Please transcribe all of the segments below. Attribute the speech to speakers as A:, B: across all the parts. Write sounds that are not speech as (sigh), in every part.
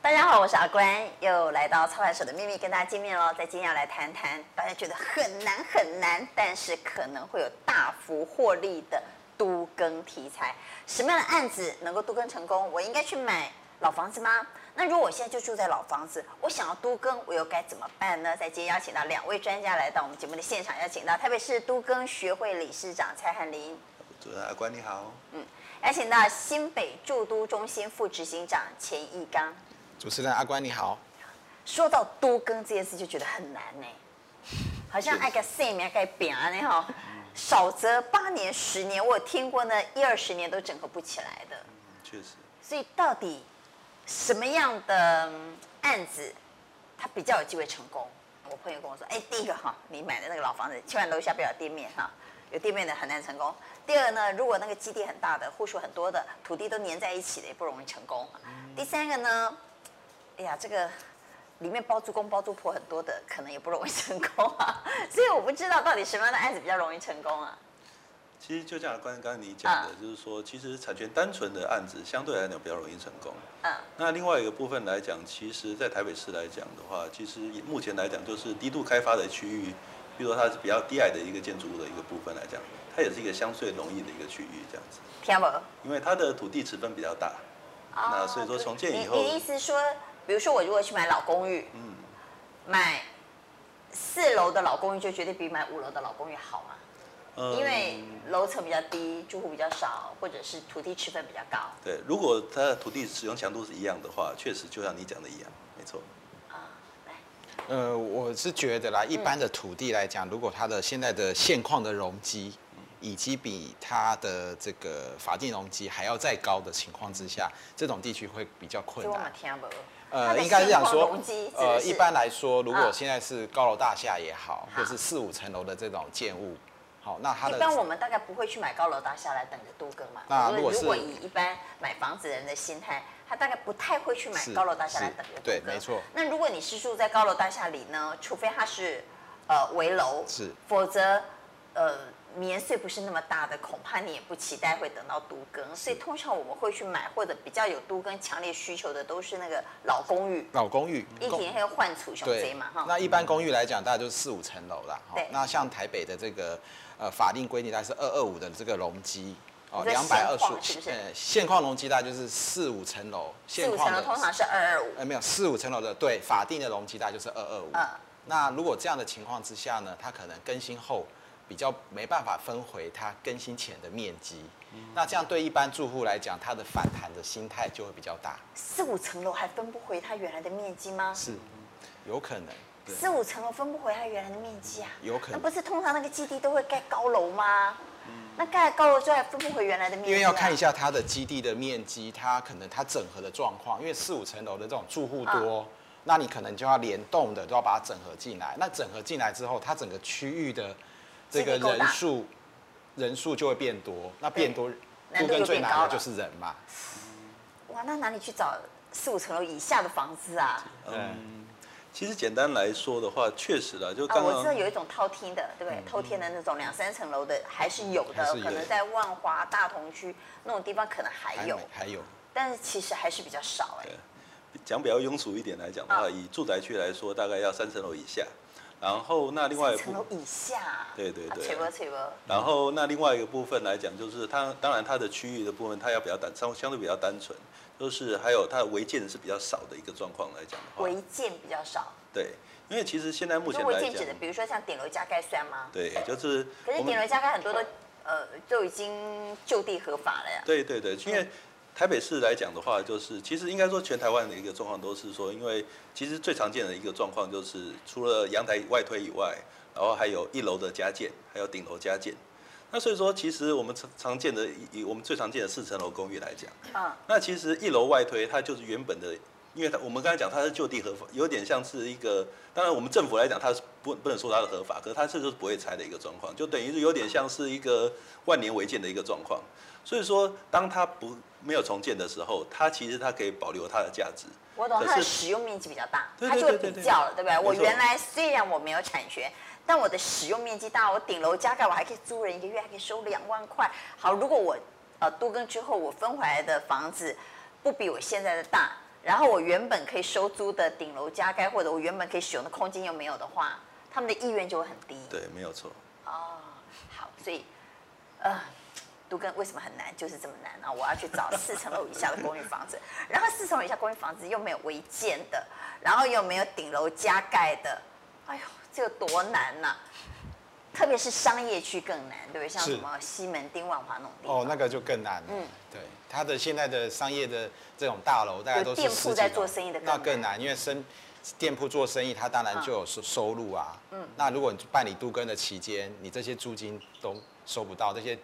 A: 大家好，我是阿关，又来到操盘手的秘密跟大家见面喽。在今天要来谈谈大家觉得很难很难，但是可能会有大幅获利的都更题材。什么样的案子能够都更成功？我应该去买老房子吗？那如果我现在就住在老房子，我想要都更，我又该怎么办呢？在今天邀请到两位专家来到我们节目的现场，邀请到台北市都更学会理事长蔡汉林。
B: 主任阿关你好，
A: 邀请到新北驻都中心副执行长钱义刚。
C: 主持人阿关你好，
A: 说到都更这件事，就觉得很难呢、好像爱个 same 爱个饼呢哈。少则八年、十年，我有听过呢，一二十年都整合不起来的。
B: 嗯确实，
A: 所以到底什么样的嗯案子，它比较有机会成功？我朋友跟我说，哎，第一个哈，你买的那个老房子，千万楼下不要有店面哈，有店面的很难成功。第二个呢，如果那个基地很大的，户数很多的，土地都粘在一起的，也不容易成功。第三个呢，哎呀，这个里面包租公包租婆很多的，可能也不容易成功啊。所以我不知道到底什么样的案子比较容易成功啊。
B: 其实就像阿关刚刚你讲的，
A: 嗯
B: 就是说，其实产权单纯的案子相对来讲比较容易成功。
A: 嗯
B: 那另外一个部分来讲，其实在台北市来讲的话，其实也目前来讲就是低度开发的区域，比如说它是比较低矮的一个建筑物的一个部分来讲，它也是一个相对容易的一个区域这样子，
A: 听不？
B: 因为它的土地持分比较大。那所以说重建以
A: 哦你
B: 后
A: 你的意思说，比如说我如果去买老公寓，
B: 嗯，
A: 买四楼的老公寓，就绝对比买五楼的老公寓好嘛？
B: 呃
C: 嗯
A: 因为楼层比较低，住户比较少，或者是土地持分比较高。
B: 对，如果它的土地使用强度是一样的话，确实就像你讲的一样，没错。
A: 哎
C: 呃，我是觉得
A: 嗯
C: 啦，一般的土地来讲，如果它的现在的现况的容积，以及比它的这个法定容积还要再高的情况之下，这种地区会比较困
A: 嗯就我们
C: 难。
A: 听不？它
C: 呃，
A: 的
C: 应该是讲
A: 现况
C: 说
A: 容积，指
C: 呃，
A: 的是
C: 一般来说，如
A: 啊
C: 果现在是高楼大厦也好，或
A: 好
C: 是四五层楼的这种建物，好，那它
A: 一
C: 的
A: 般我们大概不会去买高楼大厦来等着都更嘛。
C: 那
A: 我
C: 如果
A: 们
C: 是
A: 如果以一般买房子的人的心态，他大概不太会去买
C: 是
A: 高楼大厦来
C: 是
A: 等着都
C: 对
A: 更
C: 没错
A: 那如果你是住在高楼大厦里呢，除非它是呃围楼，
C: 是
A: 否则呃年岁不是那么大的，恐怕你也不期待会等到都更。所以通常我们会去买或者比较有都更强烈需求的，都是那个老公寓，
C: 老公寓，
A: 一
C: 公
A: 庭还有换储雄
C: 对
A: 贼嘛哈。
C: 那一般公寓来讲，大概就是四五层楼啦。哈
A: 对
C: 那像台北的这个呃法定规定，大概是二二五的这个容积哦，
A: 你说
C: 两百二
A: 现况是不
C: 十
A: 是
C: 五，呃，现况容积大概就是四五层楼，
A: 四
C: 现
A: 五
C: 况
A: 层
C: 的
A: 楼通常是二二五，
C: 呃没有四五层楼的对法定的容积大概就是二二五
A: 嗯。
C: 那如果这样的情况之下呢，它可能更新后比较没办法分回它更新前的面积，那这样对一般住户来讲，它的反弹的心态就会比较大，
A: 四五层楼还分不回它原来的面积吗？
C: 是有可能。对
A: 四五层楼分不回它原来的面积啊？
C: 有可能嗯
A: 那不是通常那个基地都会盖高楼吗？那盖了高楼之后还分不回原来的面积、啊？
C: 因为要看一。下它的基地的面积，它可能它整合的状况，因为四五层楼的这种住户多，
A: 啊
C: 那你可能就要联动的都要把它整合进来。那整合进来之后，它整个区域的这个
A: 基地够大
C: 人数人数就会变多，那变多
A: 难度
C: 都
A: 就
C: 跟最
A: 变
C: 难
A: 高
C: 的
A: 了
C: 就是人嘛。
A: 哇，那哪里去找四五层楼以下的房子啊？
B: 嗯，其实简单来说的话，确实啦，就
A: 啊，
B: 刚
A: 我知道
B: 刚
A: 有一种套厅的，对不对？透天的那种两三层楼的还是有的，
C: 嗯还是有
A: 可能在万华、大同区那种地方可能还
C: 还
A: 有
C: 没，还有
A: 但是其实还是比较少哎、
B: 对讲比较庸俗一点来讲的
A: 啊
B: 话，以住宅区来说，大概要三层楼以下。然后那另外一
A: 层
B: 部
A: 楼，以下啊，
B: 对对对
A: 吹波吹波，
B: 然后那另外一个部分来讲，就是它当然它的区域的部分，它要比较单相相对比较单纯，就是还有它的违建是比较少的一个状况来讲的话，
A: 违建比较少。
B: 对，因为其实现在目
A: 你说
B: 前
A: 违
B: 来
A: 建
B: 讲
A: 指，的，比如说像顶楼加盖算吗？
B: 对，就是
A: 可是
B: 我们
A: 顶楼加盖很多都呃都已经就地合法了呀。
B: 对对对，因为台北市来讲的话，就是其实应该说全台湾的一个状况都是说，因为其实最常见的一个状况就是除了阳台外推以外，然后还有一楼的加建，还有顶楼加建。那所以说，其实我们常常见的以以我们最常见的四层楼公寓来讲，
A: 嗯，
B: 那其实一楼外推它就是原本的，因为它我们刚才讲它是就地合法，有点像是一个，当然我们政府来讲它是不不能说它的合法，可是它这就是不会拆的一个状况，就等于是有点像是一个万年违建的一个状况。所以说，当它不没有重建的时候，它其实它可以保留它的价值。
A: 我懂，
B: 可
A: 它的
B: 是
A: 使用面积比较大，
B: 对
A: 它
B: 对
A: 就会
B: 对对
A: 比
B: 对
A: 较了，对不对？
B: 没错
A: 我原来虽然我没有产权。但我的使用面积大，我顶楼加盖，我还可以租人一个月，还可以收两万块。好，如果我呃都更之后，我分回来的房子不比我现在的大，然后我原本可以收租的顶楼加盖，或者我原本可以使用的空间又没有的话，他们的意愿就会很低。
B: 对，没有错。
A: 哦，好，所以，呃，都跟为什么很难，就是这么难啊！我要去找四层楼以下的公寓房子，然后四层楼以下公寓房子又没有违建的，然后又没有顶楼加盖的，哎呦，这有多难呐、特别是商业区更难，对不对？像
C: 是
A: 什么西门町、万华那种地方，
C: 哦，那个就更难了。
A: 嗯
C: 对，它的现在的商业的这种大楼，大家都是
A: 有店铺
C: 十几
A: 在
C: 楼
A: 做生意的更嗯
C: 那更难，因为生店铺做生意，它当然就有收收入啊。嗯，那如果你办理都更的期间，你这些租金都收不到，这些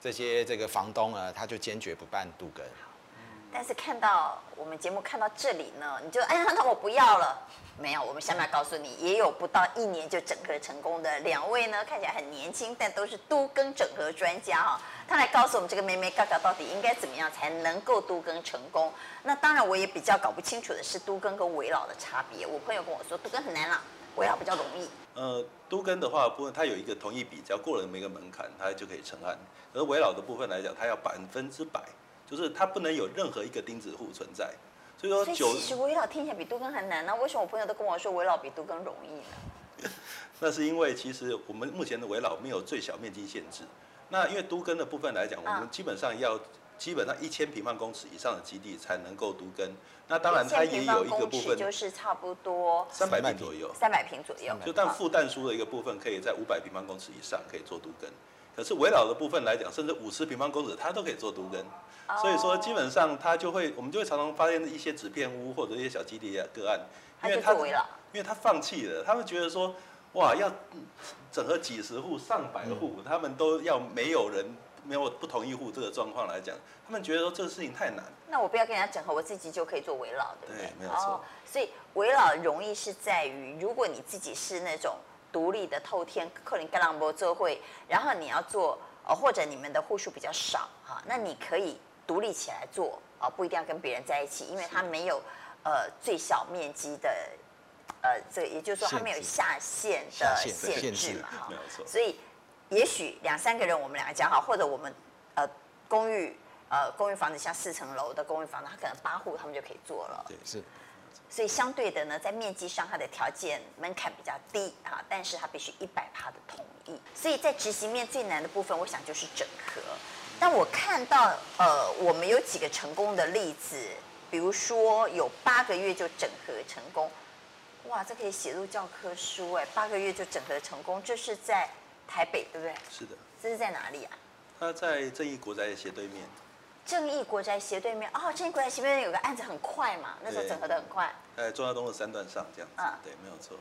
C: 这些这个房东呢，他就坚决不办都更。
A: 但是看到我们节目看到这里呢，你就哎呀， (laughs) 那我不要了。没有，我们下面要告诉你，也有不到一年就整合成功的两位呢，看起来很年轻，但都是都更整合专家哈、他来告诉我们这个妹妹嘎嘎到底应该怎么样才能够都更成功。那当然，我也比较搞不清楚的是都更跟围老的差别。我朋友跟我说，都更很难啦，围老比较容易。
B: 呃，都跟的话，部分它有一个同意比，只要过了每个门槛，它就可以成案。而围呃绕的部分来讲，它要百分之百，就是它不能有任何一个钉子户存在。所以说
A: 所以
B: 九
A: 其，实围老听起来比都更还难啊呢、为什么我朋友都跟我说围老比都更容易呢？
B: 那是因为其实我们目前的围绕没有最小面积限制。那因为都跟的部分来讲，我
A: 啊
B: 们基本上要基本上一千平方公尺以上的基地才能够都跟。那当然它
A: 现在
B: 也
A: 平方
B: 有一个
A: 公
B: 部
A: 尺
B: 分
A: 就是差不多
B: 三百
C: 300
B: 平左右，
A: 三百平左右
C: 300，
B: 就但
A: 啊
B: 复蛋书的一个部分可以在五百平方公尺以上可以做都根，可是围绕的部分来讲，甚至五十平方公尺它都可以做都根，所以说基本上它就会，我们就会常常发现一些纸片屋或者一些小基地的个案，
A: 他
B: 因
A: 就
B: 为它
A: 做围绕，
B: 因为他放弃了，他们觉得说，哇，要整合几十户、上百户，他们都要没有人没有不同意户这个状况来讲，他们觉得说这个事情太难，
A: 那我不要跟人家整合，我自己就可以做围绕，对不对？
B: 对没有错
A: 所以围绕容易是在于，如果你自己是那种独立的透天克林盖朗博做会，然后你要做呃，或者你们的户数比较少哈、那你可以独立起来做啊、不一定要跟别人在一起，因为它没有呃最小面积的。呃，这个也就是说，它没有
C: 限制
A: 下限
C: 下
A: 的
C: 限对
A: 限制
C: 限制
A: 嘛，哈
B: 没有错
A: 所以也许两三个人，我们两个讲好，或者我们呃公寓呃公寓房子像四层楼的公寓房子，它可能八户他们就可以做了。
B: 对
C: 是，
A: 所以相对的呢，在面积上它的条件门槛比较低啊，但是它必须一百趴的同意。所以在执行面最难的部分，我想就是整合。但我看到呃，我们有几个成功的例子，比如说有八个月就整合成功，哇，这可以写入教科书哎，八个月就整合成功，这是在台北对不对？
B: 是的，
A: 这是在哪里啊？
B: 他在正义国宅的斜对面。
A: 正义国宅斜对面哦，正义国宅斜对面有个案子很快嘛，那时候
B: 对
A: 整合的很快，
B: 在哎中央东路三段上这样子，
A: 啊
B: 对，没有错。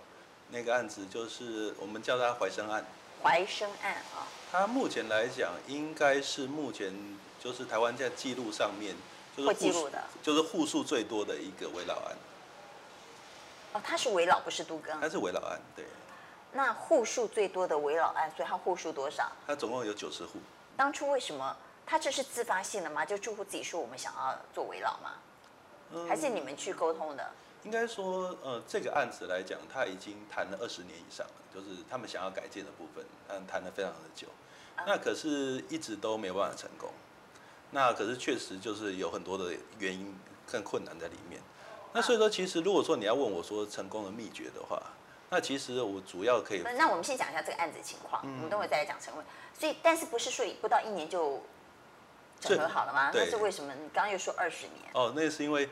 B: 那个案子就是我们叫它怀生案，
A: 怀生案啊、
B: 它目前来讲应该是目前就是台湾在记录上面就是
A: 会记
B: 户数
A: 录的啊
B: 就是户数最多的一个围绕案，
A: 哦，它是围老不是都更，
B: 它是围绕案，对，
A: 那户数最多的围老哎案，所以它户数多少？
B: 它总共有九十户，
A: 当初为什么它这是自发性的吗？就住户自己说我们想要做围老吗？
B: 嗯
A: 还是你们去沟通的？
B: 应该说，呃，这个案子来讲，他已经谈了二十年以上了，就是他们想要改建的部分，但谈了非常的久，
A: 嗯
B: 那可是一直都没有办法成功。那可是确实就是有很多的原因跟困难在里面。那所以说，其实如果说你要问我说成功的秘诀的话，那其实我主要可以
A: 那那我们先讲一下这个案子情况，我们等会再来讲成为。所以，但是不是说不到一年就整合
B: 这
A: 好了吗？那
B: 对
A: 是为什么？你刚刚又说二十年，
B: 哦，那是因为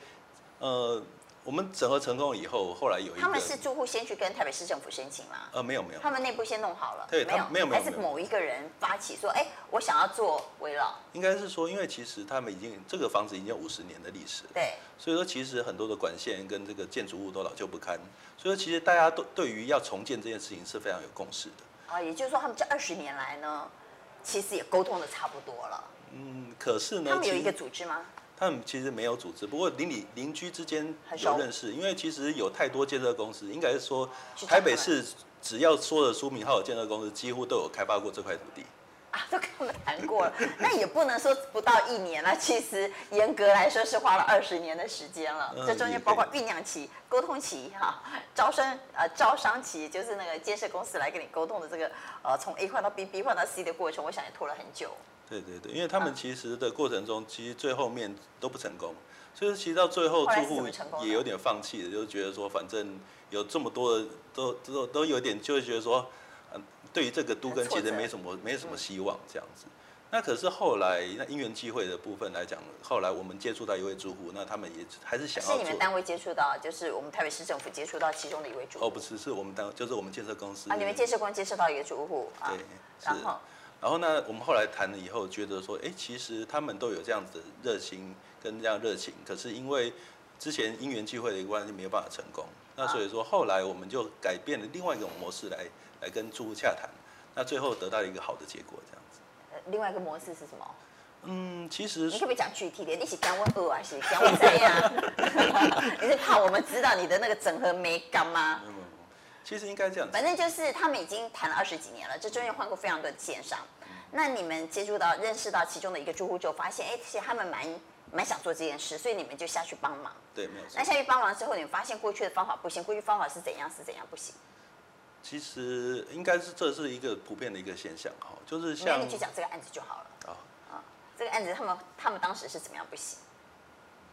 B: 呃，我们整合成功以后，后来有一个
A: 他们是住户先去跟台北市政府申请吗？
B: 呃没有没有，
A: 他们内部先弄好了，
B: 对他没有没有
A: 还是
B: 没有
A: 某一个人发起说，哎，我想要做围绕，
B: 应该是说，因为其实他们已经这个房子已经有五十年的历史了。
A: 对，
B: 所以说，其实很多的管线跟这个建筑物都老旧不堪，所以说其实大家都对于要重建这件事情是非常有共识的。
A: 啊，也就是说他们这二十年来呢，其实也沟通的差不多了。
B: 嗯，可是呢，
A: 他们有
B: 其
A: 一
B: 实
A: 个组织吗？
B: 他们其实没有组织，不过邻里邻居之间
A: 很熟
B: 有认识，因为其实有太多建设公司，应该是说
A: 是这样
B: 台北
A: 的
B: 市只要说了苏明浩的建设公司，几乎都有开发过这块土地。
A: 啊，都跟他们谈过了，那也不能说不到一年了，其实严格来说是花了二十年的时间了。
B: 嗯
A: 这中间包括酝酿期、沟通期哈、招生呃招商期，就是那个建设公司来跟你沟通的这个呃从 A 换到 B、B 换到 C 的过程，我想也拖了很久。
B: 对对对，因为他们其实的过程中，其实最后面都不成功，所以其实到最后
A: 后来
B: 住
A: 是怎
B: 户
A: 么成功的
B: 也有点放弃了，就是觉得说反正有这么多的都都都有点就会觉得说，嗯，对于这个都跟
A: 很挫
B: 其实
A: 折嗯
B: 没什么没什么希望这样子。那可是后来那因缘机会的部分来讲，后来我们接触到一位住户，那他们也还是想
A: 是
B: 要
A: 你们
B: 做。
A: 单位接触到，就是我们台北市政府接触到其中的一位住户。
B: 哦，不是，是我们单就是我们建设公司
A: 啊，你们建设官接触到一个住户啊
B: 对，
A: 然
B: 是
A: 后
B: 然后呢，我们后来谈了以后，觉得说，哎，其实他们都有这样子的热心跟这样热情，可是因为之前因缘际会的一个关系，没有办法成功。那所以
A: 啊
B: 说，后来我们就改变了另外一种模式来来跟住户洽谈，那最后得到一个好的结果，这样子。
A: 呃另外一个模式是什么？
B: 嗯，其实
A: 你可不可以讲具体点？你是讲我二还是讲我三
B: (laughs)
A: 呀？你是怕我们知道你的那个整合美感吗？
B: 嗯，其实应该这样子
A: 反。正就是他们已经谈了二十几年了，这中间换过非常多的建商。
B: 嗯
A: 那你们接触到、认识到其中的一个住户，就发现，哎、其实他们蛮蛮想做这件事，所以你们就下去帮忙。
B: 对，没有错
A: 那。下去帮忙之后，你们发现过去的方法不行，过去方法是怎样是怎样不行。
B: 其实应该是这是一个普遍的一个现象哈，就是
A: 那
B: 像
A: 你就讲这个案子就好了。
B: 啊。
A: 这个案子他们他们当时是怎么样不行？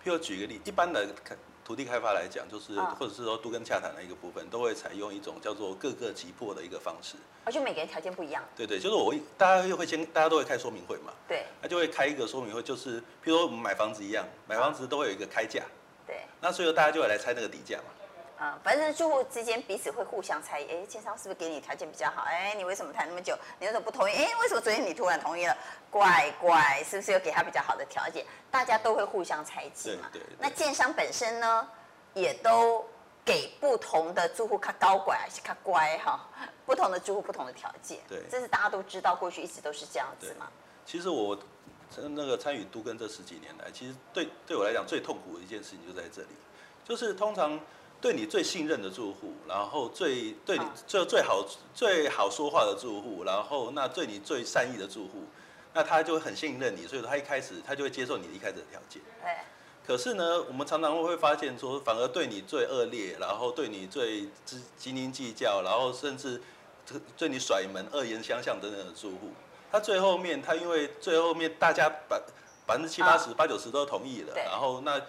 B: 譬如举个例，一般的开土地开发来讲，就是、
A: 嗯
B: 或者是说都跟洽谈的一个部分，都会采用一种叫做各个击破的一个方式。
A: 而且每个人条件不一样，
B: 对对，就是我会大家又会先，大家都会开说明会嘛，
A: 对
B: 那就会开一个说明会，就是譬如说我们买房子一样，买房子都会有一个开价，
A: 对，
B: 那所以大家就会来猜那个底价嘛。
A: 啊、反正住户之间彼此会互相猜疑，哎，建商是不是给你条件比较好？哎，你为什么谈那么久？你为什么不同意？哎，为什么昨天你突然同意了？怪怪，是不是又给他比较好的条件？大家都会互相猜忌嘛。
B: 对对对
A: 那建商本身呢，也都给不同的住户看高管还是看乖哈，不同的住户不同的条件。
B: 对
A: 这是大家都知道，过去一直都是这样子
B: 对
A: 嘛。
B: 其实我呃那个参与都跟这十几年来，其实对对我来讲最痛苦的一件事情就在这里，就是通常对你最信任的住户，然后最对你
A: 嗯
B: 最最好最好说话的住户，然后那对你最善意的住户，那他就会很信任你，所以说他一开始他就会接受你一开始的条件。
A: 对，
B: 可是呢，我们常常会发现说，反而对你最恶劣，然后对你最斤斤斤计较，然后甚至这对你甩门、恶言相向等等的住户，他最后面他因为最后面大家百百分之七八十、八九十都同意了，
A: 对
B: 然后那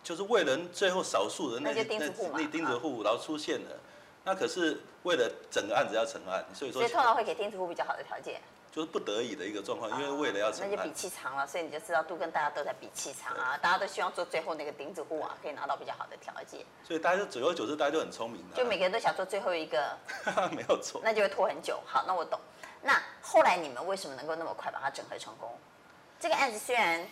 B: 就是为了最后少数人
A: 那
B: 些
A: 就钉子户嘛
B: 那钉子户，然后出现了。那可是为了整个案子要成案，所以说
A: 所以通常会给钉子户比较好的条件。
B: 就是不得已的一个状况，因为为了要成
A: 啊那就
B: 案
A: 比，气场了，所以你就知道都跟大家都在比气场啊，大家都希望做最后那个钉子户啊，可以拿到比较好的条件。
B: 所以大家就久而久之，大家就很聪明了、
A: 就每个人都想做最后一个，
B: (laughs) 没有错。
A: 那就会拖很久。好，那我懂。那后来你们为什么能够那么快把它整合成功？这个案子虽然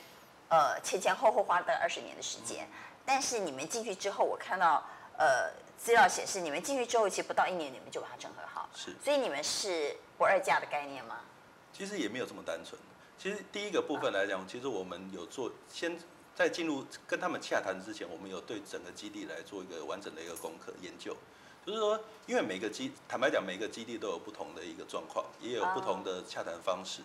A: 呃前前后后花了二十年的时
B: 嗯
A: 间，但是你们进去之后，我看到呃资料显示，你们进去之后其实不到一年，你们就把它整合好。
B: 是
A: 所以你们是不二价的概念吗？
B: 其实也没有这么单纯。其实第一个部分来讲，其实我们有做先在进入跟他们洽谈之前，我们有对整个基地来做一个完整的一个功课研究。就是说，因为每个基，坦白讲，每个基地都有不同的一个状况，也有不同的洽谈方式。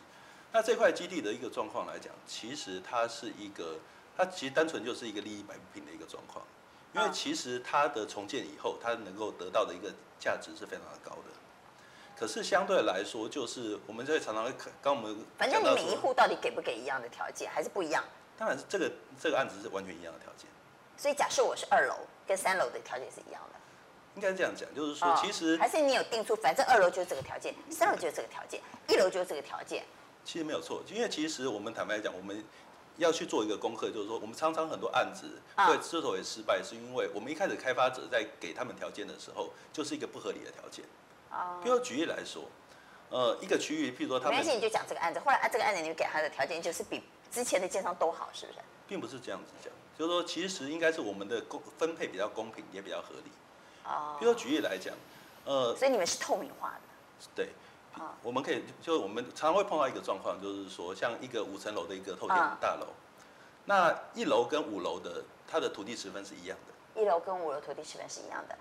B: 那这块基地的一个状况来讲，其实它是一个，它其实单纯就是一个利益摆不平的一个状况。因为
A: 嗯
B: 其实它的重建以后，它能够得到的一个价值是非常的高的。可是相对来说，就是我们这常常会看，刚我们
A: 反正
B: 讲
A: 你
B: 到
A: 每一
B: 说，
A: 户到底给不给一样的条件，还是不一样？
B: 当然是这个这个案子是完全一样的条件。
A: 所以假设我是二楼，跟三楼的条件是一样的。
B: 应该这样讲，就是说
A: 哦，
B: 其实
A: 还是你有定出，反正二楼就是这个条件，三楼就是这个条件，一楼就是这个条件。
B: 其实没有错，因为其实我们坦白讲，我们要去做一个功课，就是说，我们常常很多案子
A: 啊
B: 会之所以失败，是因为我们一开始开发者在给他们条件的时候，就是一个不合理的条件。
A: 哦，
B: 比如举例来说，呃，一个区域，譬如说他
A: 没关系，你
B: 们
A: 就讲这个案子。后来啊，这个案子你们给他的条件就是比之前的建商都好，是不是？
B: 并不是这样子讲，就是说，其实应该是我们的公分配比较公平，也比较合理。
A: 哦
B: 譬，如说举例来讲，呃，
A: 所以你们是透明化的。
B: 对
A: 啊，
B: 我们可以就我们常常会碰到一个状况，就是说像一个五层楼的一个透天
A: 啊
B: 大楼，那一楼跟五楼的它的土地持分是一样的，
A: 一楼跟五楼土地成分是一样的，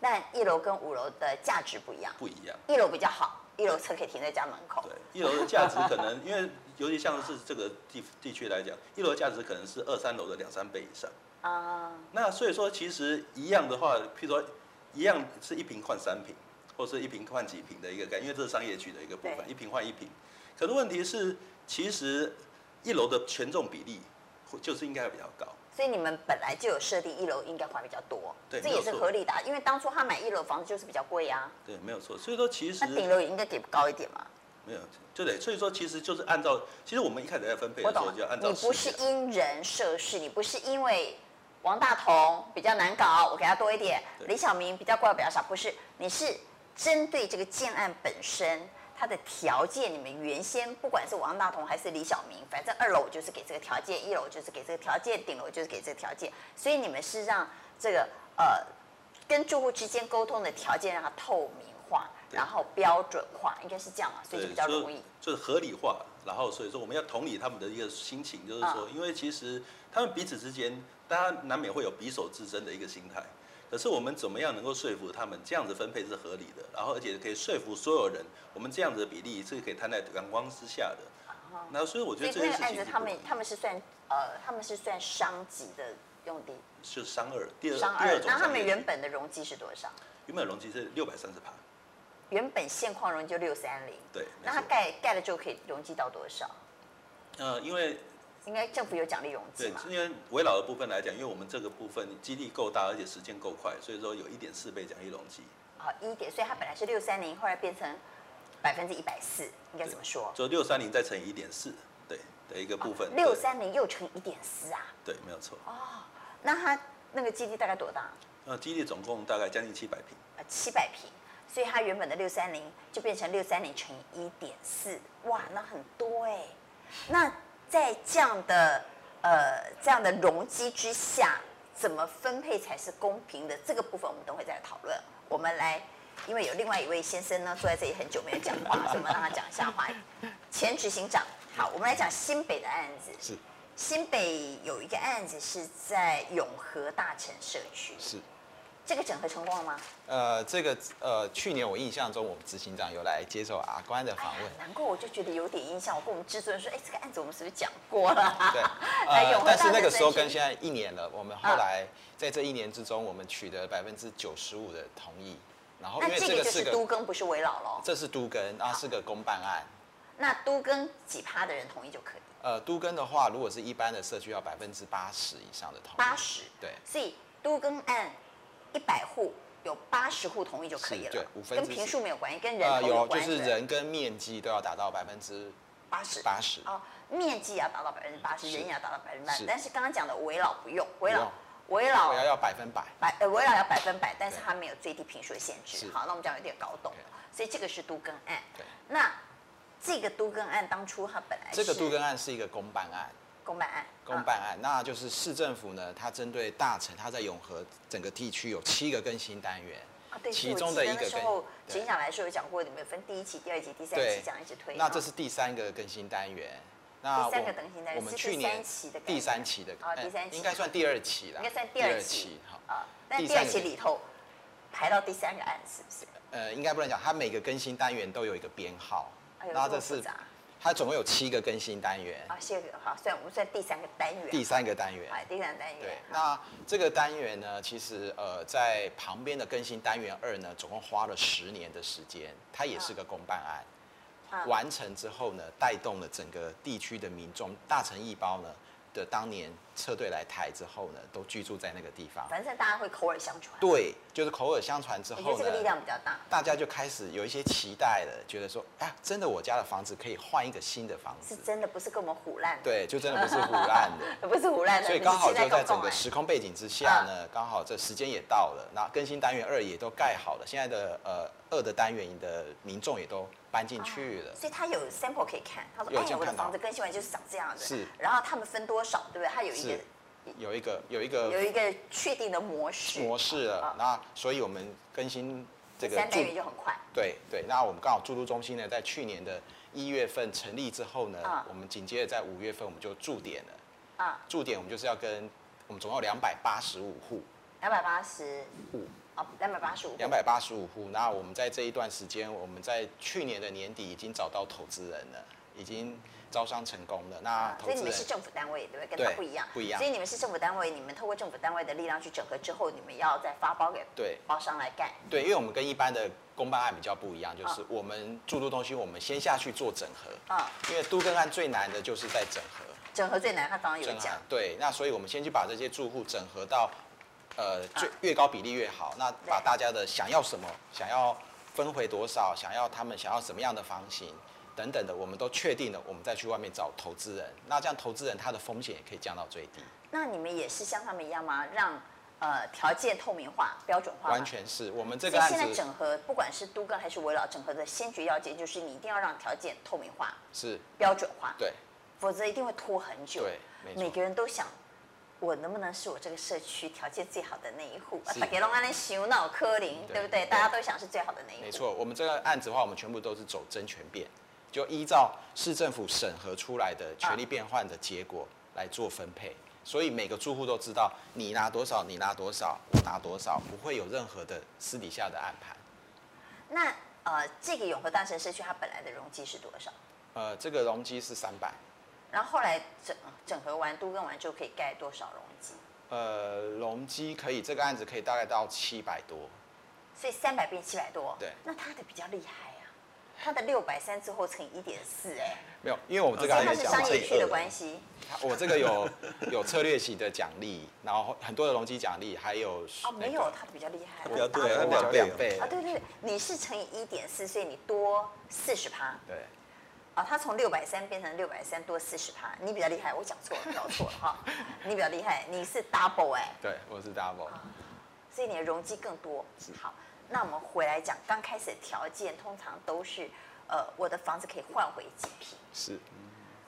A: 但一楼跟五楼的价值不一样。
B: 不一样。
A: 一楼比较好，一楼车可以停在家门口。
B: 对，一楼的价值可
A: (laughs)
B: 能因为尤其像是这个地地区来讲，一楼的价值可能是二三楼的两三倍以上。
A: 啊，
B: 那所以说，其实一样的话，譬如说一样是一平换三平，或是一平换几平的一个概念，因为这是商业区的一个部分，
A: 对
B: 一平换一平。可是问题是，其实一楼的权重比例会就是应该比较高。
A: 所以你们本来就有设定一楼应该花比较多，
B: 对
A: 这也是
B: 没有错
A: 合理的啊、因为当初他买一楼房子就是比较贵啊，
B: 对，没有错。所以说其实
A: 那顶楼也应该给高一点嘛。
B: 没有，就对。所以说其实就是按照，其实我们一开始在分配
A: 我
B: 的时
A: 懂
B: 候
A: 了
B: 就按，照
A: 你不
B: 市
A: 是
B: 值
A: 因人设事，你不是因为王大同比较难搞，我给他多一点；
B: 对
A: 李小明比较怪，我比较少，不是，你是针对这个建案本身。它的条件，你们原先不管是王大同还是李小明，反正二楼我就是给这个条件，一楼我就是给这个条件，顶楼我就是给这个条件，所以你们是让这个呃跟住户之间沟通的条件让它透明化，
B: 对
A: 然后标准化，应该是这样啊嘛，所以
B: 对，
A: 就比较
B: 就
A: 容易。
B: 就是合理化。然后所以说我们要同理他们的一个心情，就是说，
A: 嗯
B: 因为其实他们彼此之间，大家难免会有匕首之争的一个心态。可是我们怎么样能够说服他们这样子分配是合理的，然后而且可以说服所有人，我们这样子的比例是可以摊在阳光之下
A: 啊
B: 的。那所以我觉
A: 所
B: 得
A: 以那个
B: 这件事
A: 案
B: 情
A: 子，他们他们是算呃，他们是算商级的用地，
B: 是商二第二
A: 商
B: 第
A: 二。
B: 种
A: 那他
B: 商
A: 们
B: 业
A: 原本的容积是多少？
B: 原本的容积是六百三十趴，
A: 原本现况容积就六三零，
B: 对，没
A: 那他
B: 错
A: 盖盖了之后可以容积到多少？
B: 呃，因为
A: 应该政府有奖励容积
B: 对
A: 嘛，？
B: 因为围绕的部分来讲，因为我们这个部分基地够大，而且时间够快，所以说有一点四倍奖励容积，
A: 好啊一点，所以它本来是六三零，后来变成百分之一百四，应该怎么说？
B: 就六三零再乘以一点四，对的一个部分。
A: 哦六三零又乘一点四啊，
B: 对，对没有错。
A: 那它那个基地大概多大？
B: 那基地总共大概将近七百平，
A: 呃七百平，所以它原本的六三零就变成六三零乘以一点四，哇，那很多哎、那在这样的呃这样的容积之下，怎么分配才是公平的？这个部分我们等会再来讨论。我们来，因为有另外一位先生呢坐在这里很久没有讲话，所以我们让他讲一下话。前执行长，好，我们来讲新北的案子。
C: 是
A: 新北有一个案子是在永和大城社区，
C: 是。
A: 这个整合成功了吗？
C: 呃，这个呃，去年我印象中，我们执行长有来接受阿关的访问。
A: 难怪我就觉得有点印象，我跟我们制作人说，哎，这个案子我们是不是讲过了？，
C: 对
A: (laughs)
C: 呃
A: 来永和
C: 但是
A: 大
C: 那
A: 城
C: 个时候
A: 社区
C: 跟现在一年了，我们
A: 嗯
C: 后来在这一年之中，我们取得百分之九十五的同意。然后因
A: 那
C: 为
A: 这
C: 这
A: 个
C: 个
A: 就是是都更，不是围绕喽。
C: 这是都跟，然后是个公办案。
A: 那都更几趴的人同意就可以，
C: 呃，都跟的话，如果是一般的社区，要百分之八十以上的同意。
A: 八十。
C: 对
A: 所以都更案一百户有八十户同意就可以了，
C: 是对五分之
A: 跟
C: 四
A: 平数没有关系，跟人
C: 呃，
A: 口
C: 有就
A: 关
C: 是人跟面积都要达到百分之
A: 八十
C: 八十。
A: 哦，面积也要达到百分之八十，人也要达到百分之八十
C: 是，
A: 但是刚刚讲的围绕不用，围
C: 不
A: 绕
C: 用
A: 围
C: 我
A: 绕
C: 要要百分百。
A: 百呃围绕要百分百，但是
C: 对
A: 它没有最低评数的限制
C: 是。
A: 好，那我们这样有点搞懂了
C: 对
A: 所以这个是都更案。
C: 对，
A: 那这个都更案当初它本来
C: 这个
A: 是
C: 都跟案是一个公办案。
A: 公办案，啊
C: 公办
A: 嗯
C: 案，那就是市政府呢，它针对大城，它在永和整个地区有七个更新单元，
A: 啊啊对，
C: 其
A: 是我
C: 中的
A: 记得
C: 一个
A: 那时
C: 跟
A: 候
C: 对
A: 警长来说有讲过，你们分第一期、第二期、第三期
C: 对
A: 这样一直推。
C: 那
A: 啊
C: 这是第三个更新单元。那
A: 第三
C: 我
A: 个更新单元
C: 我们
A: 是
C: 去
A: 第
C: 年
A: 三期的概念
C: 第三期的，
A: 哦第三
C: 呃
A: 期
C: 应该算第二期啦，
A: 应该算第二期
C: 期好，
A: 啊，但
C: 第
A: 第二
C: 三个
A: 期里头排到第三个案是不是？
C: 呃，应该不能讲，它每个更新单元都有一个编号
A: 哎呦，
C: 那
A: 这么
C: 这
A: 复
C: 是
A: 杂
C: 它总共有七个更新单元，
A: 啊，谢谢。好，算我们算第三个单元。
C: 第三个单元，
A: 哎，第三个单元。
C: 对，那这个单元呢，其实呃，在旁边的更新单元二呢，总共花了十年的时间，它也是个公办案。
A: 啊
C: 完成之后呢，带动了整个地区的民众，大城一包呢的当年撤退来台之后呢，都居住在那个地方。
A: 反正大家会口耳相传。
C: 对，就是口耳相传之
A: 我觉得
C: 后
A: 这个力
C: 呢，
A: 量比较大。
C: 大家就开始有一些期待了，觉得说，哎、呀，真的我家的房子可以换一个新的房
A: 是
C: 子，
A: 真的，不是跟我们唬烂的，
C: 对，就真的不是胡乱的。
A: 不是唬烂的，
C: 所以刚好
A: 你是
C: 就
A: 现搞
C: 在整
A: 懂
C: 个
A: 哎
C: 时空背景之
A: 嗯
C: 下呢，刚好这时间也到了，那更新单元二也都盖好了，现在的呃二的单元的民众也都搬进去了。
A: 所以他有 sample 可以看，他说：“
C: 有
A: 哎
C: 这样，
A: 我的
C: 看到
A: 房子更新完就是长这样子。”
C: 是
A: 然后他们分多少，对不对？他有一个
C: 是有一个有一
A: 有
C: 个
A: 一个确定的模式，啊
C: 模式了，那所以我们更新这个
A: 三
C: 住
A: 单元就很快。
C: 对对，那我们刚好住都中心呢，在去年的一月份成立之后呢
A: 啊，
C: 我们紧接着在五月份我们就驻点了，
A: 啊，
C: 驻点我们就是要跟我们总共有两百八十五户，
A: 两百八十五，哦，两百八十五，
C: 两百八十五户。那我们在这一段时间，我们在去年的年底已经找到投资人了，已已经招商成功了。那
A: 啊
C: 投
A: 所以你
C: 资
A: 们
C: 人
A: 是政府单位，对不对？跟
C: 对
A: 他不一样，
C: 不一样
A: 所以你们是政府单位，你们透过政府单位的力量去整合之后，你们要再发包给
C: 对
A: 包商来干。
C: 对，因为我们跟一般的公办案比较不一样，就是我们注入东西，我们先下去做整合。
A: 啊
C: 因为都更案最难的就是在整合。
A: 整合最难，他刚刚有
C: 整合
A: 讲，
C: 对，那所以我们先去把这些住户整合到，呃，最
A: 啊
C: 越高比例越好。那把大家的想要什么，想要分回多少，想要他们想要什么样的房型等等的，我们都确定了，我们再去外面找投资人。那这样投资人他的风险也可以降到最低，
A: 那你们也是像他们一样吗？让呃条件透明化、标准化吗？
C: 完全是我们这
A: 所
C: 个
A: 以
C: 案
A: 现在
C: 子
A: 整合，不管是都更还是围绕整合的先决要件，就是你一定要让条件透明化、
C: 是
A: 标准化，
C: 对
A: 否则一定会拖很久。
C: 对没错
A: 每个人都想，我能不能是我这个社区条件最好的那一户？啊
C: 是
A: 大家拢安尼想脑科林，
C: 对
A: 对不对？
C: 对
A: 大家都想是最好的那一户。
C: 没错，我们这个案子的话，我们全部都是走真权变，就依照市政府审核出来的权利变换的结果来做分配。所以每个住户都知道你拿多少，你拿多少，我拿多少，不会有任何的私底下的安排。
A: 那呃，这个永和大城社区它本来的容积是多少？
C: 呃，这个容积是三百，
A: 然后后来整整合完、都更完之后，可以盖多少容积？
C: 呃，容积可以这个案子可以大概到七百多，
A: 所以三百变七百多。
C: 对
A: 那它的比较厉害啊，它的六百三之后乘以一点四，哎，
C: 没有，因为我们这个
B: 那
C: 案
A: 因为它哦是
C: 子讲
A: 商
C: 这
A: 业
C: 一
A: 区的
B: 二
A: 关系。
C: 我这个有 (laughs) 有策略型的奖励，然后很多的容积奖励，还有
A: 哦，
C: 那
A: 没
C: 个
A: 有，它的比较厉害。
B: 比较对
A: 它大
B: 它比
A: 过
B: 较
C: 两
B: 倍
C: 两倍
A: 啊，对对对，你是乘以一点四，所以你多四十趴。
C: 对。
A: 啊，它从六百三变成六百三多四十趴，你比较厉害，我讲错了，搞错了哈，你比较厉害，你是 double 哎、
C: 对，我是 double，
A: 啊所以你的容积更多。好，那我们回来讲，刚开始的条件通常都是，呃，我的房子可以换回几平。
C: 是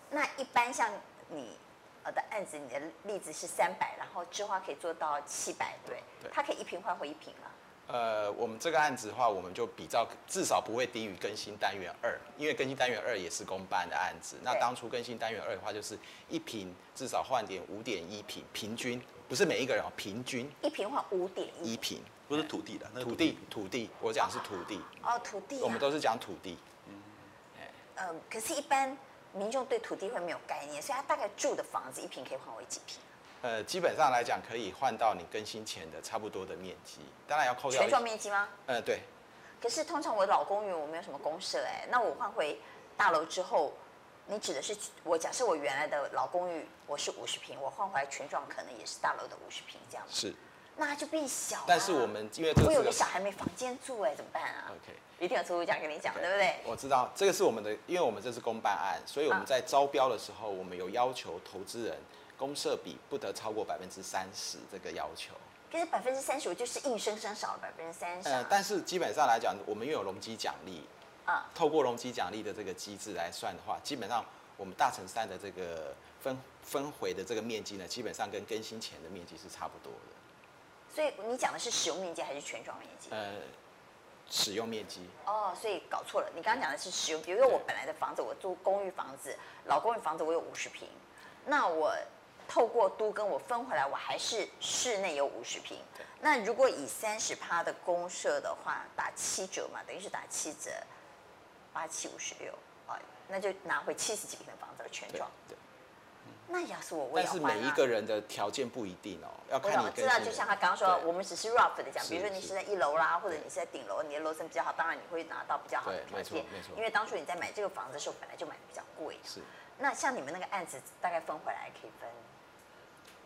A: 那一般像你呃的案子，你的例子是三百，然后之花可以做到七百，对，
C: 对
A: 它可以一平换回一平吗？
C: 呃，我们这个案子的话，我们就比较至少不会低于更新单元二，因为更新单元二也是公办的案子。那
A: 对
C: 当初更新单元二的话，就是一平至少换点五点一平，平均不是每一个人哦，平均
A: 一平换五点
C: 一
A: 一，
C: 平。
B: 不是土地的，那个
C: 土地，土地，我讲是土地，
A: 哦，土地、啊，
C: 我们都是讲土地。
A: 呃，可是，一般民众对土地会没有概念，所以他大概住的房子一平可以换为几平？
C: 呃，基本上来讲，可以换到你更新前的差不多的面积，当然要扣掉
A: 全
C: 一。
A: 幢面积吗？
C: 呃，对，
A: 可是通常我老公园我没有什么公社哎、那我换回大楼之后，你指的是我假设我原来的老公寓我是五十平，我换回来全幢可能也是大楼的五十平这样，
C: 是。
A: 那它就变小、啊。
C: 但是我们因为这
A: 我
C: 个
A: 有个
C: 是个
A: 小孩没房间住哎、怎么办啊
C: OK
A: 一定有租户这样跟你讲，对不对？
C: 我知道这个是我们的，因为我们这是公办案，所以我
A: 啊
C: 们在招标的时候，我们有要求投资人公社比不得超过百分之三十这个要求。
A: 可是百分之三十，我就是硬生生少了百分之三十。
C: 呃，但是基本上来讲，我们又有容积奖励，
A: 啊，
C: 透过容积奖励的这个机制来算的话，基本上我们大城三的这个分分回的这个面积呢，基本上跟更新前的面积是差不多的。
A: 所以你讲的是使用面积还是全幢面积？
C: 呃，使用面积
A: 哦，所以搞错了。你刚刚讲的是使用，比如说我本来的房子，我租公寓房子，老公寓房子我有五十平，那我透过都跟我分回来，我还是室内有五十平。那如果以三十趴的公社的话，打七折嘛，等于是打七折，八七五十六，哦，那就拿回七十几平的房子了全
C: 对
A: 幢。
C: 对，
A: 那要是我，我也
C: 但
A: 要
C: 是
A: 换
C: 每一
A: 啊。
C: 个人的条件不一定哦，要
A: 我
C: 看
A: 懂
C: 你
A: 我
C: 更
A: 知
C: 新
A: 道，
C: 的
A: 就像他刚刚说，
C: 对
A: 我们只是 rough 的讲，
C: 是
A: 比如说你
C: 是
A: 是在一楼啦，或者你是在顶楼，你的楼层比较好，当然你会拿到比较好的
C: 对
A: 条
C: 没错
A: 件
C: 没错，
A: 因为当初你在买这个房子的时候，本来就买的比较贵。
C: 是。
A: 那像你们那个案子，大概分回来可以分，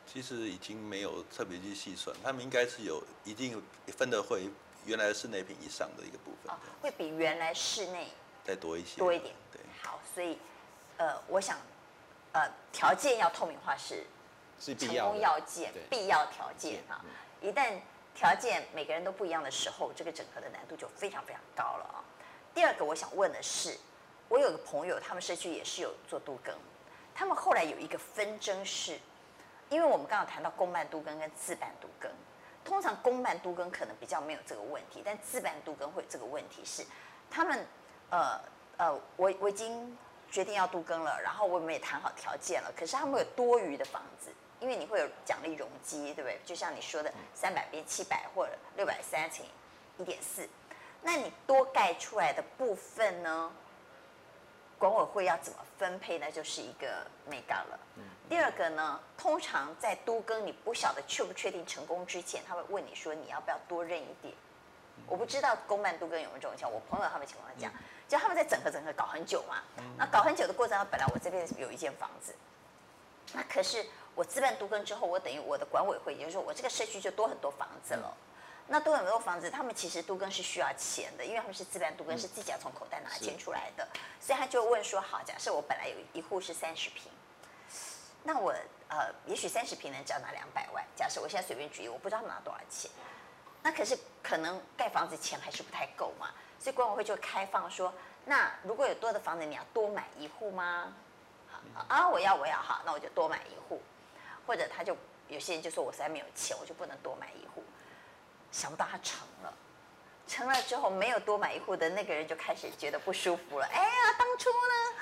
B: 其实已经没有特别去细算，他们应该是有一定分的会原来的室内品以上的一个部分
A: 哦，，会比原来室内
B: 再多一些，
A: 多一点。
B: 对，
A: 好，所以，呃，我想，呃，条件要透明化是
C: 是必
A: 成
C: 要
A: 功
C: 的。
A: 要件
C: 对、嗯
A: 必要条件
C: 件
A: 啊。一旦条件每个人都不一样的时候，这个整合的难度就非常非常高了啊。第二个我想问的是，我有个朋友，他们社区也是有做都更，他们后来有一个纷争是，因为我们刚刚谈到公办都更跟自办都更，通常公办都更可能比较没有这个问题，但自办都更会有这个问题是，他们呃呃，我我已经决定要都更了，然后我们也谈好条件了，可是他们有多余的房子，因为你会有奖励容积，对不对？就像你说的，三百变七百或者六百三乘一点四，那你多盖出来的部分呢，管委会要怎么分配呢，就是一个美感了。第二个呢，通常在都更你不晓得确不确定成功之前，他会问你说你要不要多认一点。我不知道公办都更有没有这种情况，我朋友他们情况是这样，就他们在整合整合搞很久嘛。那搞很久的过程，本来我这边有一间房子，那可是我自办都更之后，我等于我的管委会，也就是说我这个社区就多很多房子了。那多很多房子，他们其实都更是需要钱的，因为他们是自办都更，是自己要从口袋拿钱出来的，所以他就问说：好，假设我本来有一户是三十平，那我呃，也许三十平能只要拿两百万，假设我现在随便举例，我不知道他们拿多少钱，那可是可能盖房子钱还是不太够嘛，所以管委会就开放说，那如果有多的房子，你要多买一户吗？好啊，我要我要好，那我就多买一户，或者他就有些人就说我实在没有钱，我就不能多买一户，想不到他成了。成了之后没有多买一户的那个人就开始觉得不舒服了。哎呀，当初呢，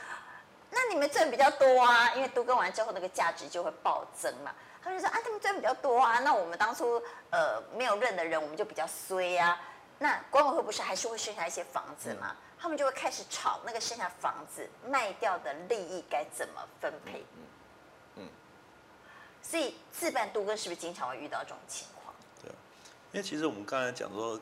A: 那你们赚比较多啊，因为都跟完之后那个价值就会暴增嘛。他就说啊，他们赚比较多啊，那我们当初呃没有认的人，我们就比较衰啊。那管委会不是还是会剩下一些房子
B: 嗯
A: 吗？他们就会开始吵那个剩下房子卖掉的利益该怎么分配。
B: 嗯
A: 所以自办都跟是不是经常会遇到这种情况？
B: 对，因为其实我们刚才讲说，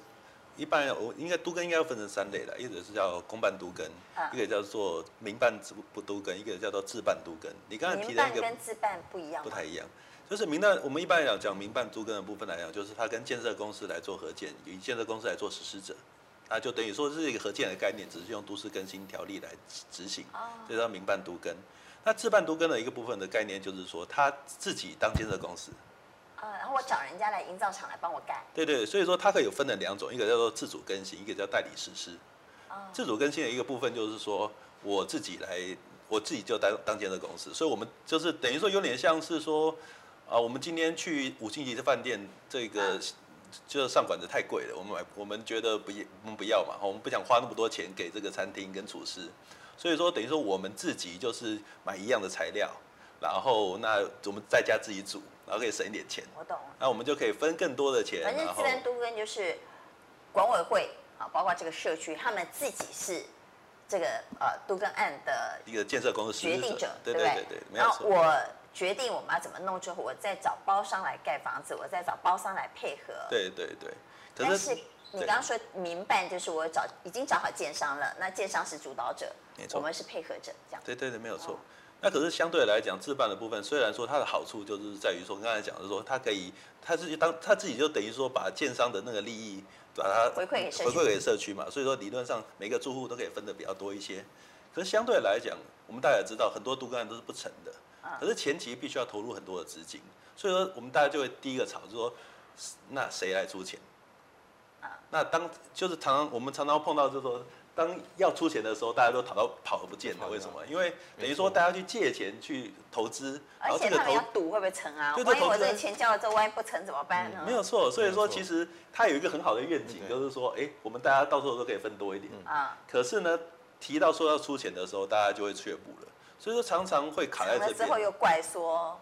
B: 一般我应该都跟应该要分成三类了，一个是叫公办都跟，
A: 啊
B: 一个叫做民办不不都跟，一个叫做自办都跟。你刚才提
A: 民
B: 的
A: 办
B: 一个
A: 跟自办不一样
B: 不
A: 吗？
B: 太一样。就是民办，我们一般来讲讲民办租跟的部分来讲，就是它跟建设公司来做合建，以建设公司来做实施者，那就等于说是一个合建的概念，只是用都市更新条例来执执行，
A: 哦
B: 这叫民办都跟。那自办都跟的一个部分的概念，就是说他自己当建设公司，
A: 啊，然后我找人家来营造厂来帮我盖。
B: 对对，所以说它可以有分成两种，一个叫做自主更新，一个叫代理实施。自主更新的一个部分就是说，我自己来，我自己就当当建设公司，所以我们就是等于说有点像是说，啊、我们今天去五星级的饭店，这个就上馆子太贵了，我们买我们觉得不要我们不要嘛，我们不想花那么多钱给这个餐厅跟厨师，所以说等于说我们自己就是买一样的材料，然后那我们在家自己煮，然后可以省一点钱。
A: 我懂了。
B: 那我们就可以分更多的 (laughs) 钱，
A: 反正
B: 然
A: 自
B: 后
A: 然都跟就是管委会啊，包括这个社区，他们自己是这个呃都跟案的
B: 一个建设公司实
A: 决
B: 施
A: 定者，
B: 对
A: 不
B: 对对对，没有
A: 然后
B: 错，
A: 我决定我们要怎么弄之后，我再找包商来盖房子，我再找包商来配合。。
B: 对对对。可
A: 但是
B: 是
A: 你刚刚说民办就是我找已经找好建商了，那建商是主导者
B: 没，错
A: 我们是配合者，这样。
B: 对对对，没有错
A: 哦。
B: 那可是相对来讲，自办的部分虽然说它的好处就是在于说，刚才讲的说，它可以，它自己当它自己就等于说把建商的那个利益把它
A: 回馈给社区
B: 回馈给社区嘛，所以说理论上每个住户都可以分的比较多一些。可是相对来讲，我们大家也知道，很多都更案都是不成的，
A: 啊
B: 可是前期必须要投入很多的资金，所以说我们大家就会第一个吵，就说那谁来出钱？
A: 啊
B: 那当就是常常我们常常碰到，就是说当要出钱的时候，大家都跑到跑而不见了。为什么？因为等于说大家去借钱去投资，然
A: 而
B: 后
A: 且
B: 这个
A: 他们
B: 投
A: 要赌会不会成啊？
B: 对这
A: 万一
B: 投
A: 我
B: 资嗯
A: 这个钱交了之后，万一不成怎么办呢？
B: 没有错。所以说
C: 没有错
B: 其实他有一个很好的愿景，
C: 对
B: 就是说，哎，我们大家到时候都可以分多一点。
A: 啊，
B: 可是呢，提到说要出钱的时候，大家就会却步了。所以说常常会卡在
A: 成了
B: 这
A: 之后又
B: 边。
A: 怪说，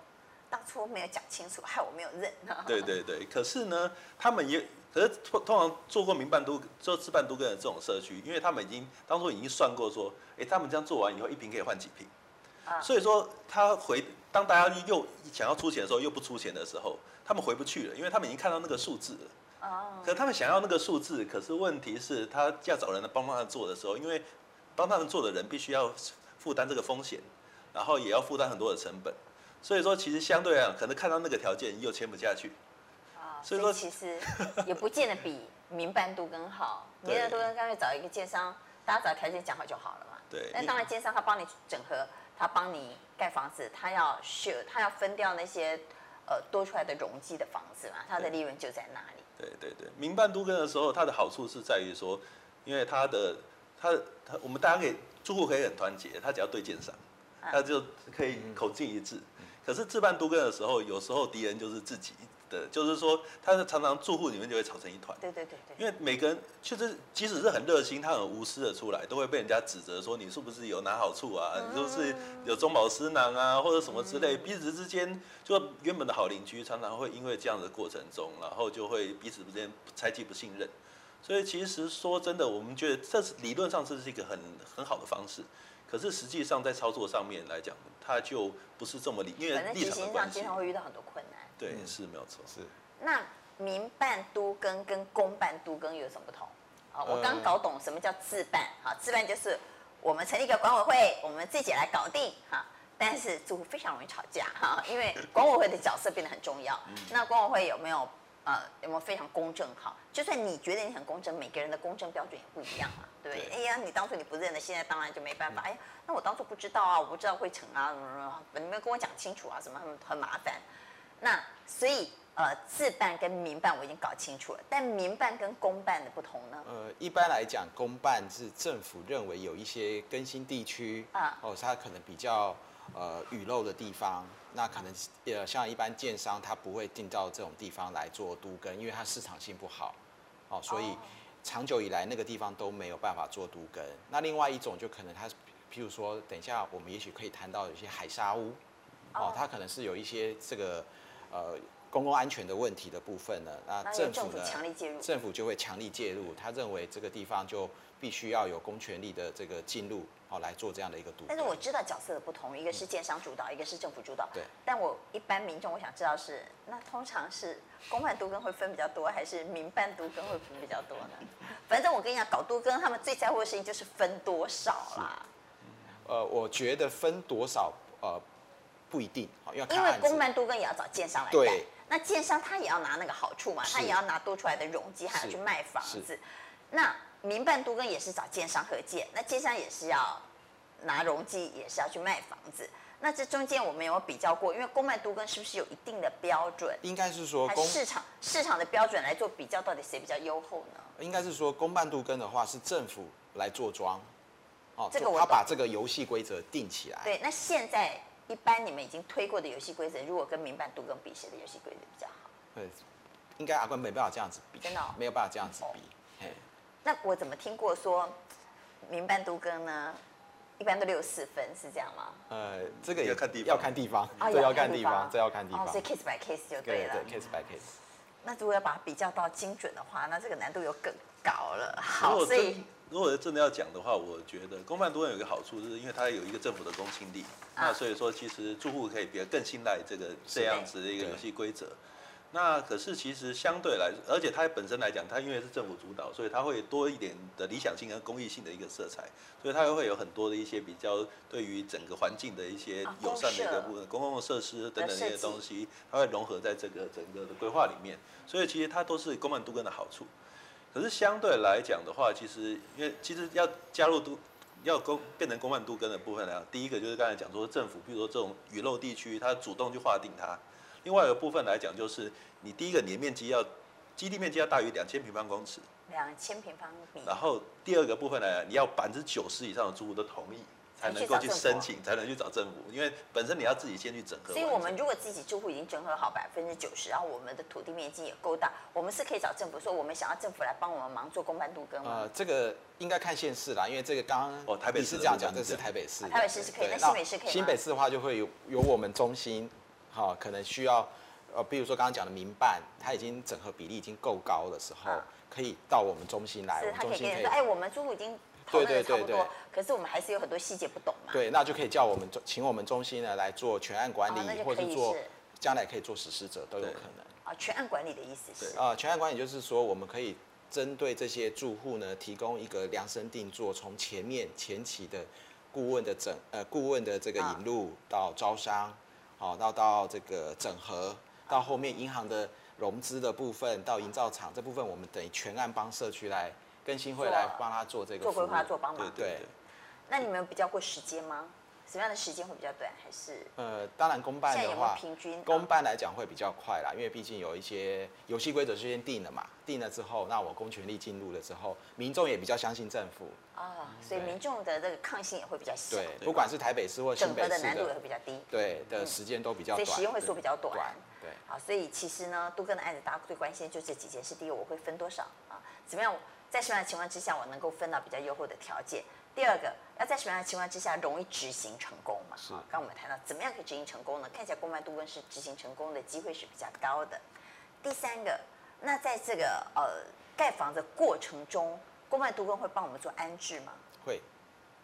A: 当初没有讲清楚，害我没有认啊。
B: 对对对，可是呢，他们也。可是通通常做过民办都做自办都跟的这种社区，因为他们已经当初已经算过说，哎、他们这样做完以后，一瓶可以换几瓶。
A: 啊
B: 所以说他回，当大家又想要出钱的时候，又不出钱的时候，他们回不去了，因为他们已经看到那个数字了。
A: (laughs) 哦，
B: 可他们想要那个数字，可是问题是，他要找人来帮他做的时候，因为帮他们做的人必须要负担这个风险，然后也要负担很多的成本。所以说，其实相对来讲，可能看到那个条件又签不下去。
A: 啊所
B: 所以
A: 以
B: 说
A: 其实也不见得比民办度更好，
B: (laughs) 对
A: 民办度更干脆找一个建商，大家找条件讲好就好了嘛。
B: 对
A: 那当然，建商他帮你整合，他帮你盖房子，他要 share，他要分掉那些呃多出来的容积的房子嘛，他的利润就在那里。
B: 对对对，民办都跟的时候，它的好处是在于说，因为它的它它我们大家可以住户可以很团结，他只要对建商，他就可以口径一致。可是自办都跟的时候，有时候敌人就是自己的，就是说，他是常常住户里面就会吵成一团。
A: 对对对对，
B: 因为每个人就是，即使是很热心，他很无私的出来，都会被人家指责说你是不是有拿好处啊？你是不是有中饱私囊啊，或者什么之类？彼此之间，就原本的好邻居，常常会因为这样的过程中，然后就会彼此之间猜忌、不信任。所以其实说真的，我们觉得这是理论上这是一个很很好的方式。可是实际上在操作上面来讲，它就不是这么理，因
A: 反正
B: 为立
A: 执
B: 场
A: 行
B: 的
A: 上
B: 关
A: 经
B: 系。
A: 常会遇到很多困难。
B: 对，是没有错。
C: 是
A: 那民办都更跟公办都更有什么不同？啊，我
C: 呃
A: 刚搞懂什么叫自办，好，自办就是我们成立一个管委会，我们自己来搞定，哈。但是住户非常容易吵架哈，因为管委会的角色变得很重要。那管委会有没有呃有没有非常公正哈？就算你觉得你很公正，每个人的公正标准也不一样嘛，对不对？
B: 对
A: 哎呀，你当初你不认了，现在当然就没办法。哎呀，那我当初不知道啊，我不知道会成啊，什么什么，你们跟我讲清楚啊，什么很很麻烦。那所以呃，自办跟民办我已经搞清楚了，但民办跟公办的不同呢？
C: 呃，一般来讲，公办是政府认为有一些更新地区，
A: 啊
C: 哦，它可能比较呃雨漏的地方，那可能呃像一般建商，它不会进到这种地方来做都更，因为它市场性不好，哦，所以
A: 哦
C: 长久以来那个地方都没有办法做都更。那另外一种就可能它，譬如说，等一下我们也许可以谈到有些海沙屋，哦
A: 哦，
C: 它可能是有一些这个呃公共安全的问题的部分呢，那
A: 那
C: 政
A: 政
C: 府
A: 府
C: 呢
A: 强力介入
C: 政府就会强力介入，他认为这个地方就必须要有公权力的这个进入，哦来做这样的一个独。
A: 但是我知道角色的不同，一个是建商主导，一个是政府主导。
C: 对。
A: 但我一般民众我想知道是，那通常是公办都跟会分比较多，还是民办都跟会分比较多呢？反正我跟你讲，搞都跟他们最在乎的事情就是分多少啦，
C: 呃，我觉得分多少呃不一定，哦要看
A: 因为
C: 案子
A: 公办都跟也要找建商来
C: 对
A: 干。那建商他也要拿那个好处嘛，
C: 是
A: 他也要拿多出来的容积，还要
C: 是
A: 去卖房子
C: 是。
A: 那民办都跟也是找建商合建，那建商也是要拿容积，也是要去卖房子。那这中间我们有没有比较过？因为公办都跟是不是有一定的标准，
C: 应该是说
A: 还
C: 公
A: 是市场市场的标准来做比较，到底谁比较优厚呢？
C: 应该是说公办度跟的话是政府来做庄，哦，
A: 这个
C: 就
A: 我
C: 他
A: 懂
C: 把这个游戏规则定起来。
A: 对，那现在一般你们已经推过的游戏规则，如果跟民办都跟比，谁的游戏规则比较好？
C: 对，应该阿关没办法这样子比，
A: 真的哦
C: 没有办法这样子比。嘿
A: 那我怎么听过说民办都跟呢，一般都六四分，是这样吗？啊
C: 呃，这个也
B: 要看地方
C: 要看地方，嗯
A: 哦
C: 这要看地方，这要看地方
A: 哦，。所以 case by case 就对
C: 对
A: 了。
C: 对，case by case。
A: 那如果要把它比较到精准的话，那这个难度又更高了。
B: 如
A: 好，
B: 果
A: 所以
B: 真如果真的要讲的话，我觉得公办多有一个好处，就是因为它有一个政府的公信力，
A: 啊
B: 那所以说其实住户可以比较更信赖这个这样子的一个
C: 对
B: 游戏规则。那可是其实相对来，而且它本身来讲，它因为是政府主导，所以它会多一点的理想性跟公益性的一个色彩，所以它会有很多的一些比较对于整个环境的一些
A: 啊
B: 友善的一
A: 公
B: 个
A: 社
B: 部分，呃公共设施等等一
A: 呃设
B: 些
A: 计
B: 东西，它会融合在这个整个的规划里面。所以其实它都是公办都跟的好处。可是相对来讲的话，其实因为其实要加入都要公变成公办都跟的部分来讲，第一个就是刚才讲说政府，比如说这种雨漏地区，它主动去划定它；另外一个部分来讲，就是你第一个你的面积要基地面积要大于两千平方公尺，
A: 两千平方米
C: 啊
B: 然后第二个部分来讲，你要百分之九十以上的住户都同意。才能够去申请，才能去找政府，因为本身你要自己先去整合
A: 所
B: 完
A: 以
B: 整。
A: 我们如果自己住户已经整合好百分之九十，然后我们的土地面积也够大，我们是可以找政府说，我们想要政府来帮我们忙做公办都跟吗
C: 呃？，这个应该看县市啦，因为这个刚刚
B: 哦台北市
C: 你是
B: 的
C: 这样
B: 部分
C: 讲，这
B: 是
C: 是台北市的，
A: 台北市是可以
C: 对
A: 那新北市可以吗
C: 新北市的话就会有有我们中心，好、可能需要呃，比如说刚刚讲的民办，它已经整合比例已经够高的时候，
A: 啊
C: 可以到我们中心呃来，我
A: 是
C: 们
A: 他
C: 中
A: 可以
C: 心
A: 跟人
C: 可以
A: 说，哎，我们住户已经讨论的
C: 对对
A: 差不
C: 对
A: 多
C: 对，
A: 可是我们还是有很多细节不懂嘛。
C: 对，那就可以叫我们中请我们中心呢来做全案管理，
A: 哦那就
C: 或
A: 可
C: 者
A: 以
C: 做
A: 是
C: 将来可以做实施者都有
B: 对
C: 可能。
A: 啊，全案管理的意思是
B: 对，
C: 呃，全案管理就是说，我们可以针对这些住户呢，提供一个量身定做，从前面前期的顾问的整呃顾问的这个
A: 啊
C: 引入到招商，好、到到这个整合，到后面银行的融资的部分，到营造厂这部分，我们等于全案帮社区来更新会
A: 做
C: 来帮他做这个
A: 做规
C: 服务
A: 划做帮
B: 啊对
A: 忙。
B: 对
C: 对
B: 对。
A: 那你们有比较过时间吗？什么样的时间会比较短？还是
C: 呃，当然公办
A: 现在
C: 的
A: 有没有
C: 话，
A: 平均嗯
C: 公办来讲会比较快啦，因为毕竟有一些游戏规则是先定了嘛，定了之后，那我公权力进入了之后，民众也比较相信政府，
A: 啊，所以
C: 嗯对
A: 民众的这个抗性也会比较小，
C: 对，不管是台北市或新
A: 整
C: 北
A: 合的
C: 市
A: 难度也
C: 的
A: 会，比较低。
C: 对的时间都比较
A: 所以
C: 短，
A: 使用会数比较短
C: 对，
A: 好，所以其实呢，都跟的案子大家最关心就这几件事。第一，我会分多少啊？怎么样在什么样的情况之下我能够分到比较优厚的条件？第二个，要在什么样的情况之下容易执行成功嘛？
C: 是
A: 啊刚刚我们谈到怎么样可以执行成功呢？看起来公办都跟是执行成功的机会是比较高的。第三个，那在这个呃盖房子过程中，公办都跟会帮我们做安置吗？
C: 会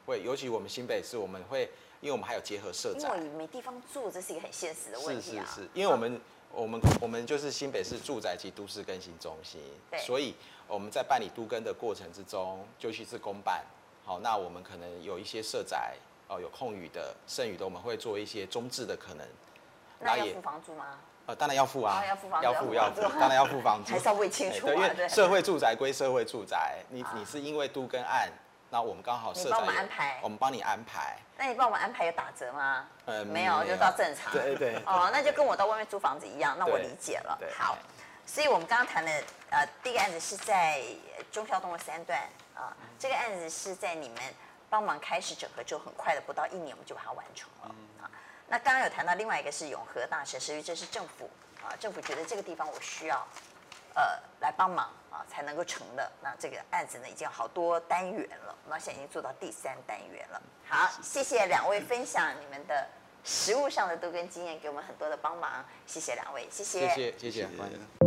C: 会，尤其我们新北市，我们会，因为我们还有结合社
A: 因为我
C: 宅，
A: 也没地方住，这是一个很现实的问
C: 是
A: 题
C: 是
A: 啊。
C: 是，因为我们我们我们就是新北市住宅及都市更新中心
A: 对，
C: 所以我们在办理都更的过程之中，就去自公办，好，那我们可能有一些社宅哦，有空余的、剩余的，我们会做一些中置的可能，
A: 啊那
C: 那
A: 要
C: 也
A: 付房租吗？
C: 呃，当然要付啊，
A: 哦要付房租
C: 要
A: 要
C: 付
A: 付
C: 要
A: 房
C: 付
A: 租， (laughs)
C: 当然要付房租，
A: 还是要问清
C: 哎
A: 楚
C: 对，因
A: 啊，
C: 为
A: 对。
C: 社会住宅归社会住宅，你
A: 啊
C: 你是因为都跟案，那我们刚好
A: 你
C: 社
A: 帮我
C: 宅
A: 们
C: 有
A: 安排
C: 我们帮你安排，
A: 那你帮我们安排有打折吗？
C: 呃
A: 没有，就到正常。
C: 对对。
A: 哦，那就跟我到外面租房子一样，那我
C: 对
A: 理解了
C: 对。
A: 好，所以我们刚刚谈的呃第一个案子是在呃忠孝东路三段啊、这个案子是在你们帮忙开始整合之后，很快的不到一年我们就把它完成了、
C: 嗯
A: 啊。那刚刚有谈到另外一个是永和大学，实际这是政府啊，政府觉得这个地方我需要呃来帮忙啊，才能够成的。那这个案子呢，已经有好多单元了，那现在已经做到第三单元了。好，谢谢两位分享你们的实物上的都跟经验，给我们很多的帮忙，谢谢两位，
C: 谢谢谢
B: 谢
C: 谢
B: 谢。
C: 欢迎